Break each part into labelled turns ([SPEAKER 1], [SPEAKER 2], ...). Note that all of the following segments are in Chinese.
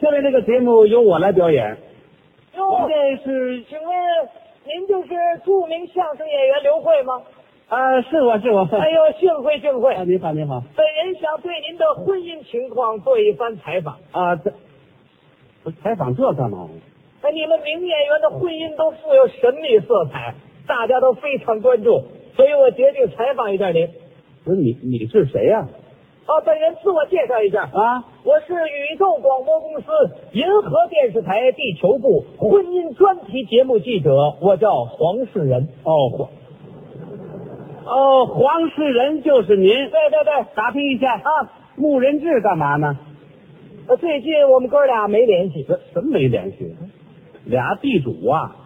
[SPEAKER 1] 下面这个节目由我来表演。
[SPEAKER 2] 哟，
[SPEAKER 1] 这是
[SPEAKER 2] 请问您就是著名相声演员刘慧吗？
[SPEAKER 1] 啊，是我是我。
[SPEAKER 2] 哎呦，幸会幸会
[SPEAKER 1] 啊，！您好您好
[SPEAKER 2] 本人想对您的婚姻情况做一番采访。
[SPEAKER 1] 啊，这不是采访这干嘛？
[SPEAKER 2] 那你们名演员的婚姻都富有神秘色彩，大家都非常关注，所以我决定采访一下您。
[SPEAKER 1] 不是你你是谁呀、
[SPEAKER 2] 啊，本人自我介绍一下，
[SPEAKER 1] 啊？
[SPEAKER 2] 我是宇宙广播公司银河电视台地球部婚姻专题节目记者，我叫黄世仁。
[SPEAKER 1] 哦黄哦黄世仁就是您。
[SPEAKER 2] 对对对，
[SPEAKER 1] 打听一下，
[SPEAKER 2] 啊，
[SPEAKER 1] 穆仁志干嘛呢？
[SPEAKER 2] 呃最近我们哥俩没联系，
[SPEAKER 1] 什什么没联系？俩地主啊，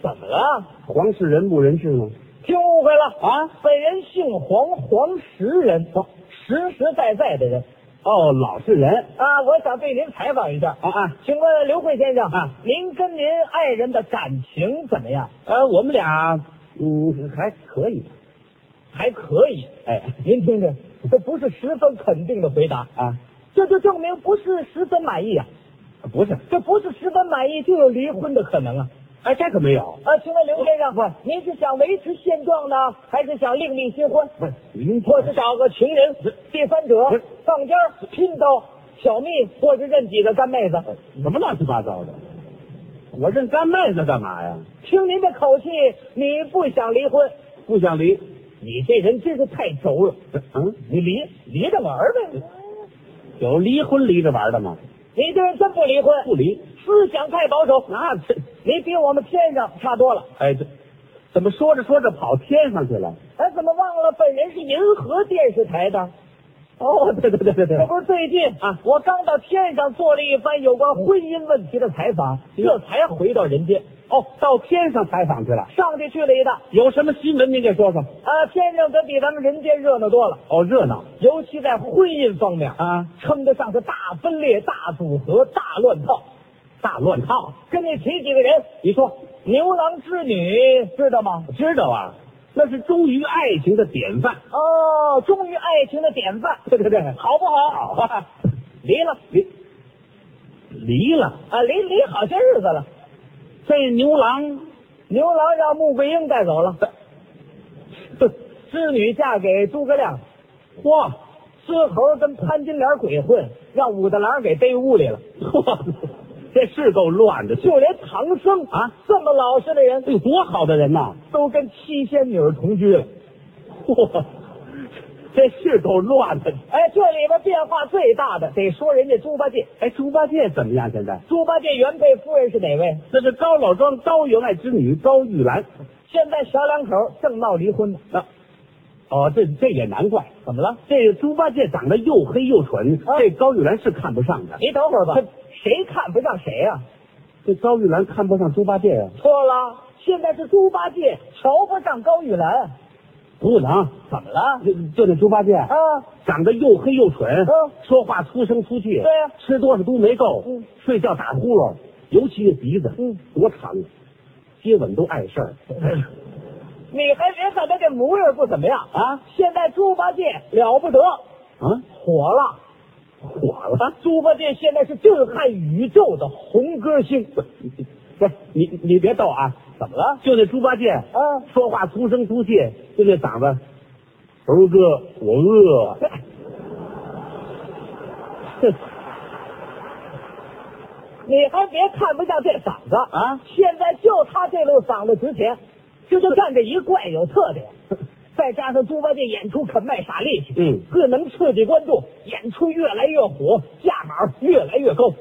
[SPEAKER 2] 怎么了？
[SPEAKER 1] 黄世仁、穆仁志吗？
[SPEAKER 2] 听误会了。
[SPEAKER 1] 啊？
[SPEAKER 2] 本人姓黄，黄石人，实实在在的人
[SPEAKER 1] 哦，老实人
[SPEAKER 2] 啊！我想对您采访一下，
[SPEAKER 1] 啊啊！
[SPEAKER 2] 请问刘慧先生
[SPEAKER 1] 啊，
[SPEAKER 2] 您跟您爱人的感情怎么样？
[SPEAKER 1] 呃，我们俩嗯还可以，
[SPEAKER 2] 还可以。
[SPEAKER 1] 哎
[SPEAKER 2] 您听听，这不是十分肯定的回答，
[SPEAKER 1] 啊，
[SPEAKER 2] 这就证明不是十分满意啊！
[SPEAKER 1] 不是，
[SPEAKER 2] 这不是十分满意就有离婚的可能啊！
[SPEAKER 1] 哎，这可没有，
[SPEAKER 2] 啊，请问刘先生，您是想维持现状呢，还是想另觅新欢？
[SPEAKER 1] 不是您
[SPEAKER 2] 或是找个情人、第三者
[SPEAKER 1] 不是、
[SPEAKER 2] 杠尖儿、姘头、小蜜，或是认几个干妹子。
[SPEAKER 1] 什呃么乱七八糟的？我认干妹子干嘛呀？
[SPEAKER 2] 听您这口气，你不想离婚，
[SPEAKER 1] 不想离，
[SPEAKER 2] 你这人真是太轴了。
[SPEAKER 1] 嗯，
[SPEAKER 2] 你离离着玩儿呗，
[SPEAKER 1] 有离婚离着玩的吗？
[SPEAKER 2] 你这人真不离婚，
[SPEAKER 1] 不离，
[SPEAKER 2] 思想太保守。
[SPEAKER 1] 那这，
[SPEAKER 2] 你比我们天上差多了。
[SPEAKER 1] 哎这，怎么说着说着跑天上去了？
[SPEAKER 2] 哎，怎么忘了本人是银河电视台的？
[SPEAKER 1] 哦，对对对对
[SPEAKER 2] 这
[SPEAKER 1] 对，
[SPEAKER 2] 不是最近
[SPEAKER 1] 啊，
[SPEAKER 2] 我刚到天上做了一番有关婚姻问题的采访，
[SPEAKER 1] 嗯
[SPEAKER 2] 这才回到人间，
[SPEAKER 1] 哦，到天上采访去了，
[SPEAKER 2] 上去去了一趟。
[SPEAKER 1] 有什么新闻您给说说？
[SPEAKER 2] 啊，天上可比咱们人间热闹多了，
[SPEAKER 1] 哦，热闹
[SPEAKER 2] 尤其在婚姻方面，
[SPEAKER 1] 啊，
[SPEAKER 2] 称得上是大分裂、大组合、大乱套。
[SPEAKER 1] 大乱套，
[SPEAKER 2] 跟你提几个人，
[SPEAKER 1] 你说
[SPEAKER 2] 牛郎织女知道吗？
[SPEAKER 1] 知道啊？那是忠于爱情的典范。
[SPEAKER 2] 哦，忠于爱情的典范，
[SPEAKER 1] 对对对，
[SPEAKER 2] 好不好？
[SPEAKER 1] 好啊，
[SPEAKER 2] 离了
[SPEAKER 1] 离离了，
[SPEAKER 2] 啊，离离好些日子了。
[SPEAKER 1] 这牛郎
[SPEAKER 2] 牛郎让穆桂英带走了，
[SPEAKER 1] 哼
[SPEAKER 2] 织女嫁给诸葛亮，
[SPEAKER 1] 嚯
[SPEAKER 2] 狮猴跟潘金莲鬼混，让武大郎给逮屋里了。
[SPEAKER 1] 嚯，这是够乱的，
[SPEAKER 2] 就连唐僧
[SPEAKER 1] 啊，哎
[SPEAKER 2] 这么老实的人，
[SPEAKER 1] 这有多好的人呐！
[SPEAKER 2] 都跟七仙女儿同居了。
[SPEAKER 1] 嚯，这是够乱的。
[SPEAKER 2] 哎，这里边变化最大的得说人家猪八戒。
[SPEAKER 1] 哎，猪八戒怎么样？现在
[SPEAKER 2] 猪八戒原配夫人是哪位？
[SPEAKER 1] 那是高老庄高员外之女高玉兰。
[SPEAKER 2] 现在小两口正闹离婚呢。
[SPEAKER 1] 啊，哦，这这也难怪。
[SPEAKER 2] 怎么了？
[SPEAKER 1] 这个猪八戒长得又黑又蠢，
[SPEAKER 2] 啊哎
[SPEAKER 1] 这高玉兰是看不上的。
[SPEAKER 2] 你等会儿吧
[SPEAKER 1] 他，
[SPEAKER 2] 谁看不上谁啊？
[SPEAKER 1] 这高玉兰看不上猪八戒啊？
[SPEAKER 2] 错了，现在是猪八戒瞧不上高啊玉兰，
[SPEAKER 1] 不能，
[SPEAKER 2] 怎么了？
[SPEAKER 1] 就就那猪八戒
[SPEAKER 2] 啊，
[SPEAKER 1] 长得又黑又蠢，
[SPEAKER 2] 嗯
[SPEAKER 1] 说话粗声粗气，
[SPEAKER 2] 对呀
[SPEAKER 1] 吃多少都没够，
[SPEAKER 2] 嗯
[SPEAKER 1] 睡觉打呼噜，尤其是鼻子，
[SPEAKER 2] 嗯，哎
[SPEAKER 1] 多长，接吻都碍事儿。
[SPEAKER 2] 你还别看他这模样不怎么样
[SPEAKER 1] 啊，
[SPEAKER 2] 现在猪八戒了不得，
[SPEAKER 1] 啊，
[SPEAKER 2] 火了。
[SPEAKER 1] 火了！
[SPEAKER 2] 猪八戒现在是震撼宇宙的红歌星，
[SPEAKER 1] 不是你，你别逗啊！
[SPEAKER 2] 怎么了？
[SPEAKER 1] 就那猪八戒，
[SPEAKER 2] 啊，
[SPEAKER 1] 说话粗声粗气，就那嗓子。猴哥，我饿。
[SPEAKER 2] 你还别看不上这嗓子
[SPEAKER 1] 啊！
[SPEAKER 2] 现在就他这路嗓子值钱，这就占着一怪有特点，再加上猪八戒演出肯卖傻力气，
[SPEAKER 1] 嗯
[SPEAKER 2] 更能刺激观众，演出越来越火，价码越来越高。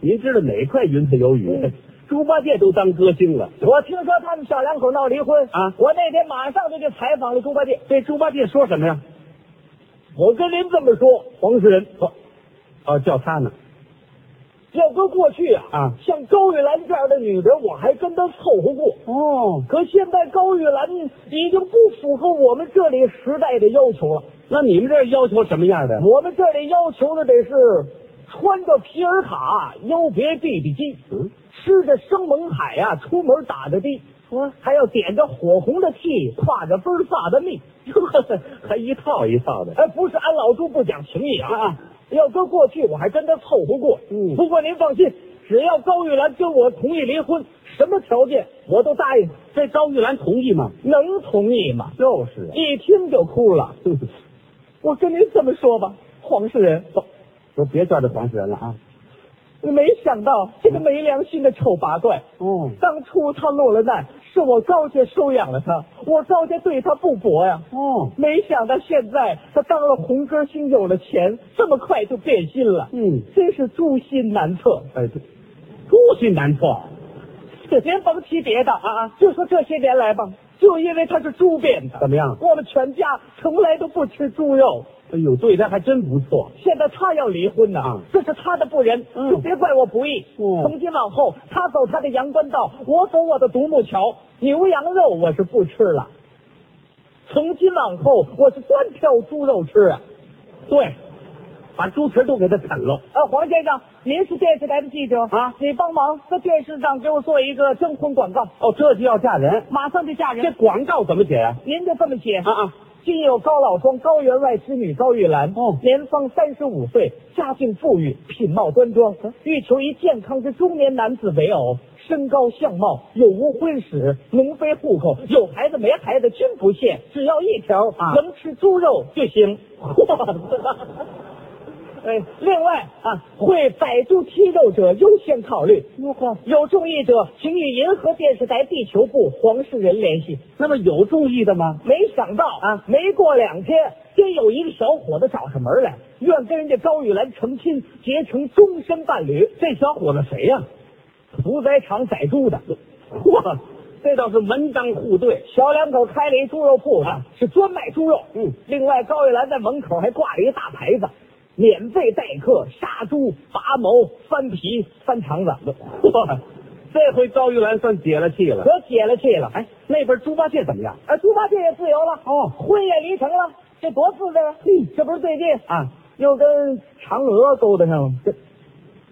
[SPEAKER 1] 您知道哪块云彩有雨？猪八戒都当歌星了。
[SPEAKER 2] 我听说他们小两口闹离婚
[SPEAKER 1] 啊
[SPEAKER 2] 我那天马上就去采访了猪八戒。
[SPEAKER 1] 这猪八戒说什么呀？
[SPEAKER 2] 我跟您这么说，黄世仁，
[SPEAKER 1] 哦，叫他呢。
[SPEAKER 2] 要搁过去啊，
[SPEAKER 1] 啊
[SPEAKER 2] 像高玉兰这样的女人，我还跟她凑合过。
[SPEAKER 1] 哦，
[SPEAKER 2] 可现在高玉兰已经不符合我们这里时代的要求了。
[SPEAKER 1] 那你们这儿要求什么样的？
[SPEAKER 2] 我们这里要求的得是穿着皮尔卡，腰别弟弟鸡，
[SPEAKER 1] 嗯，
[SPEAKER 2] 吃着生猛海呀、出门打着的，还要点着火红的气，挎着 奔儿撒的蜜。
[SPEAKER 1] 还一套一套的。
[SPEAKER 2] 哎，不是俺老朱不讲情义啊，
[SPEAKER 1] 啊
[SPEAKER 2] 要搁过去，我还跟他凑合过。
[SPEAKER 1] 嗯
[SPEAKER 2] 不过您放心，只要高玉兰跟我同意离婚，什么条件我都答应。
[SPEAKER 1] 这高玉兰同意吗？
[SPEAKER 2] 能同意吗？
[SPEAKER 1] 就是啊，
[SPEAKER 2] 一听就哭了。我跟您这么说吧，黄世仁，
[SPEAKER 1] 说别叫这黄世仁了啊。
[SPEAKER 2] 你没想到这个没良心的丑八怪，
[SPEAKER 1] 哦，
[SPEAKER 2] 当初他落了难，是我高家收养了他，我高家对他不薄呀。
[SPEAKER 1] 哦，
[SPEAKER 2] 没想到现在他当了红歌星，有了钱，这么快就变心了，
[SPEAKER 1] 嗯，
[SPEAKER 2] 真是诛心难测。
[SPEAKER 1] 哎，这诸心难测。
[SPEAKER 2] 您甭提别的啊，就说这些年来吧，就因为他是猪变的，
[SPEAKER 1] 怎么样？
[SPEAKER 2] 我们全家从来都不吃猪肉。
[SPEAKER 1] 哎呦，对他还真不错。
[SPEAKER 2] 现在他要离婚呢，
[SPEAKER 1] 啊
[SPEAKER 2] 这是他的不仁，
[SPEAKER 1] 嗯
[SPEAKER 2] 就别怪我不义。
[SPEAKER 1] 嗯
[SPEAKER 2] 从今往后，他走他的阳关道，我走我的独木桥。牛羊肉我是不吃了，从今往后我是专挑猪肉吃啊。
[SPEAKER 1] 对，把猪蹄儿都给他啃了。
[SPEAKER 2] 呃，黄先生，您是电视台的记者
[SPEAKER 1] 啊
[SPEAKER 2] 你帮忙在电视上给我做一个征婚广告，
[SPEAKER 1] 哦，这就要嫁人。
[SPEAKER 2] 马上就嫁
[SPEAKER 1] 这
[SPEAKER 2] 人。
[SPEAKER 1] 广告怎么写呀、
[SPEAKER 2] 您就这么写
[SPEAKER 1] 啊啊，
[SPEAKER 2] 今有高老庄高员外之女高玉兰，
[SPEAKER 1] 哦
[SPEAKER 2] 年方三十五岁，家境富裕，品貌端庄，
[SPEAKER 1] 嗯
[SPEAKER 2] 欲求以健康之中年男子为偶，身高相貌有无婚史，农非户口，有孩子没孩子均不限，只要一条、
[SPEAKER 1] 啊
[SPEAKER 2] 能吃猪肉就行。哎，另外啊，会摆渡踢肉者优先考虑。
[SPEAKER 1] 哟呵，
[SPEAKER 2] 有中意者，请与银河电视台地球部黄世仁联系。
[SPEAKER 1] 那么有中意的吗？
[SPEAKER 2] 没想到啊，没过两天，真有一个小伙子找上门来，愿跟人家高玉兰成亲，结成终身伴侣。
[SPEAKER 1] 这小伙子谁呀、
[SPEAKER 2] 屠宰场宰猪的，
[SPEAKER 1] 嚯，这倒是门当户对。
[SPEAKER 2] 小两口开了一猪肉铺子，
[SPEAKER 1] 啊
[SPEAKER 2] 是专卖猪肉。
[SPEAKER 1] 嗯，
[SPEAKER 2] 另外高玉兰在门口还挂了一大牌子，免费待客，杀猪、拔毛、翻皮、翻肠子，
[SPEAKER 1] 嚯，这回高玉兰算解了气了。
[SPEAKER 2] 可解了气了。
[SPEAKER 1] 哎，那边猪八戒怎么样？
[SPEAKER 2] 啊，猪八戒也自由了，
[SPEAKER 1] 哦
[SPEAKER 2] 婚也离成了，这多自在啊！嗯，这不是最近
[SPEAKER 1] 啊，
[SPEAKER 2] 又跟嫦娥勾搭上了吗？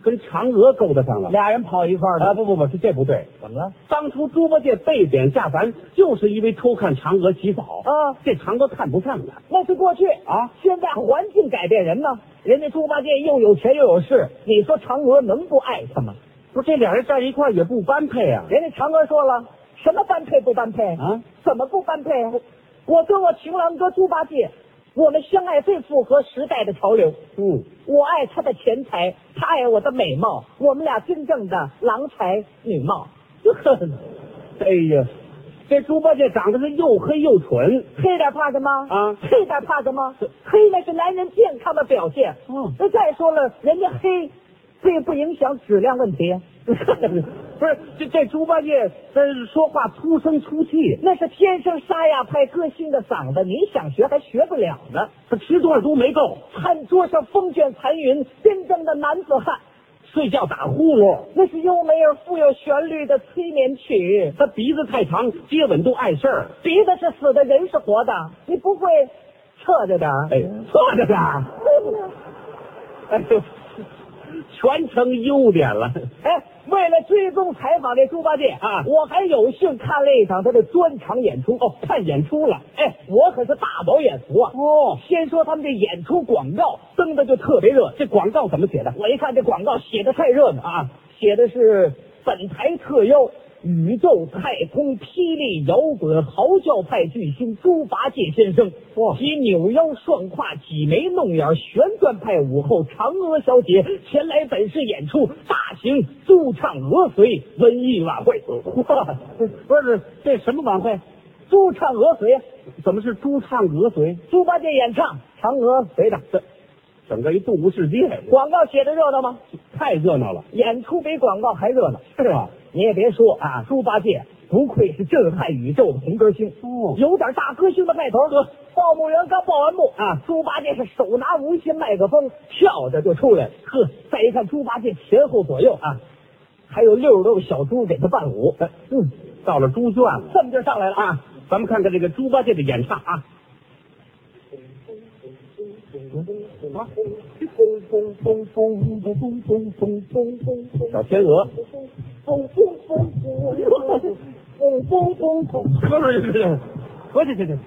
[SPEAKER 1] 跟嫦娥勾搭上了。
[SPEAKER 2] 俩人跑一块儿
[SPEAKER 1] 啊，不不不，是这不对。
[SPEAKER 2] 怎么了？
[SPEAKER 1] 当初猪八戒被贬下凡，就是因为偷看嫦娥洗澡
[SPEAKER 2] 啊
[SPEAKER 1] 这嫦娥看不上他。
[SPEAKER 2] 那是过去
[SPEAKER 1] 啊，
[SPEAKER 2] 现在环境改变人呢。人家猪八戒又有钱又有势，你说嫦娥能不爱他吗？
[SPEAKER 1] 不是这俩人站一块儿也不般配啊。
[SPEAKER 2] 人家嫦娥说了，什么般配不般配
[SPEAKER 1] 啊？
[SPEAKER 2] 怎么不般配啊？我跟我情郎哥猪八戒，我们相爱最符合时代的潮流。
[SPEAKER 1] 嗯，
[SPEAKER 2] 我爱他的钱财，他爱我的美貌，我们俩真正的郎才女貌。
[SPEAKER 1] 哎呀，这猪八戒长得是又黑又蠢。
[SPEAKER 2] 黑点怕什么？
[SPEAKER 1] 啊
[SPEAKER 2] 黑点怕什么？黑那是男人健康的表现。
[SPEAKER 1] 嗯
[SPEAKER 2] 那再说了，人家黑，并不影响质量问题，
[SPEAKER 1] 不是，这这猪八戒这说话粗声粗气，
[SPEAKER 2] 那是天生沙哑派歌星的嗓子，你想学还学不了呢。
[SPEAKER 1] 他吃多少都没够，
[SPEAKER 2] 餐桌上风卷残云，真正的男子汉，
[SPEAKER 1] 睡觉打呼噜，
[SPEAKER 2] 那是优美而富有旋律的催眠曲。
[SPEAKER 1] 他鼻子太长，接吻都碍事儿。
[SPEAKER 2] 鼻子是死的，人是活的，你不会侧着点儿？
[SPEAKER 1] 哎，错着点儿，哎呦，全成优点了。
[SPEAKER 2] 哎，为了追踪采访这猪八戒
[SPEAKER 1] 啊
[SPEAKER 2] 我还有幸看了一场他的专场演出。哦，看演出了。哎，我可是大饱眼福啊！
[SPEAKER 1] 哦，
[SPEAKER 2] 先说他们这演出广告登的就特别热，
[SPEAKER 1] 这广告怎么写的？
[SPEAKER 2] 我一看这广告写的太热闹啊，
[SPEAKER 1] 啊，
[SPEAKER 2] 写的是本台特邀。宇宙太空霹雳摇滚嚎叫派巨星猪八戒先生，
[SPEAKER 1] 哇
[SPEAKER 2] 及扭腰涮胯、挤眉弄眼旋转派舞后嫦娥小姐前来本市演出大型驻唱鹅随文艺晚会。哇，
[SPEAKER 1] 不是这什么晚会？
[SPEAKER 2] 驻唱鹅随，啊
[SPEAKER 1] 怎么是猪唱鹅随？
[SPEAKER 2] 猪八戒演唱，嫦娥随的。
[SPEAKER 1] 整个一动物世界，
[SPEAKER 2] 广告写的热闹吗？
[SPEAKER 1] 太热闹了，
[SPEAKER 2] 演出比广告还热闹。
[SPEAKER 1] 是啊吧？
[SPEAKER 2] 你也别说啊，猪八戒不愧是震撼宇宙的红歌星，
[SPEAKER 1] 哦
[SPEAKER 2] 有点大歌星的派头。报幕员刚报完幕
[SPEAKER 1] 啊，
[SPEAKER 2] 猪八戒是手拿无线麦克风，跳着就出来了。呵，再一看猪八戒前后左右啊，还有六十多个小猪给他伴舞。嗯，
[SPEAKER 1] 哎到了猪圈了
[SPEAKER 2] 这么就上来了。
[SPEAKER 1] 啊！咱们看看这个猪八戒的演唱啊。 小天鹅，不是不是，不是不是，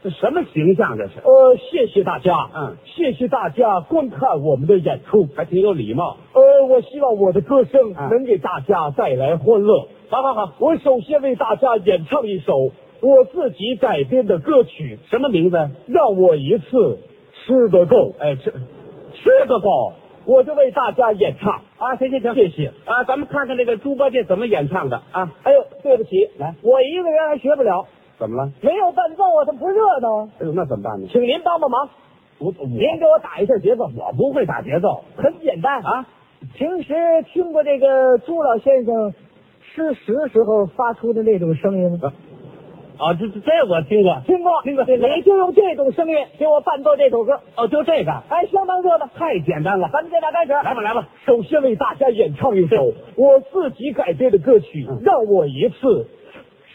[SPEAKER 1] 这什么形象这是？
[SPEAKER 2] 呃，谢谢大家，
[SPEAKER 1] 嗯，
[SPEAKER 2] 谢谢大家观看我们的演出。
[SPEAKER 1] 还挺有礼貌。
[SPEAKER 2] 呃，我希望我的歌声
[SPEAKER 1] 啊
[SPEAKER 2] 能给大家带来欢乐。好好好，我首先为大家演唱一首我自己改编的歌曲，
[SPEAKER 1] 什么名字？
[SPEAKER 2] 让我一次吃个够，
[SPEAKER 1] 哎，这
[SPEAKER 2] 吃个够，我就为大家演唱。
[SPEAKER 1] 啊，行行行，
[SPEAKER 2] 谢谢。
[SPEAKER 1] 啊，咱们看看这个猪八戒怎么演唱的啊？
[SPEAKER 2] 哎呦，对不起，
[SPEAKER 1] 来，
[SPEAKER 2] 我一个人还学不了，
[SPEAKER 1] 怎么了？
[SPEAKER 2] 没有伴奏啊，它不热闹啊，
[SPEAKER 1] 哎呦，那怎么办呢？
[SPEAKER 2] 请您帮帮忙，
[SPEAKER 1] 我我
[SPEAKER 2] 您给我打一下节奏，
[SPEAKER 1] 我不会打节奏
[SPEAKER 2] 很简单
[SPEAKER 1] 啊。
[SPEAKER 2] 平时听过这个朱老先生吃食时候发出的那种声音吗？
[SPEAKER 1] 啊，这这这我听过。
[SPEAKER 2] 听过，
[SPEAKER 1] 听过听过
[SPEAKER 2] 你就用这种声乐给我伴奏这首歌，
[SPEAKER 1] 哦，就这个，
[SPEAKER 2] 哎，相当热闹。
[SPEAKER 1] 太简单了。
[SPEAKER 2] 咱们现在开始，
[SPEAKER 1] 来吧来吧，
[SPEAKER 2] 首先为大家演唱一首我自己改编的歌曲
[SPEAKER 1] 嗯
[SPEAKER 2] 《让我一次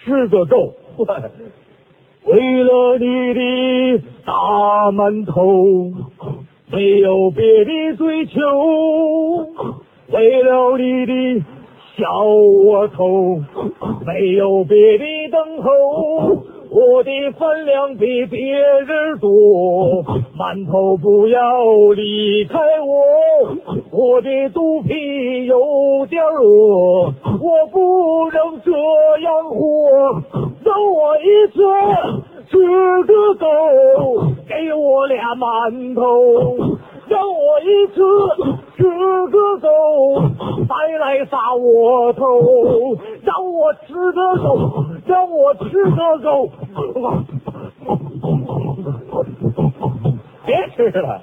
[SPEAKER 2] 吃个够》。 为了你的大馒头，没有别的追求；为了你的小窝头，没有别的等候。我的饭量比别人多，馒头不要离开我，我的肚皮有点饿，我不能这样活，让我一次吃个够，给我俩馒头，让我一次吃个够，白来撒我头，让我吃个够，让我吃个够，别吃了，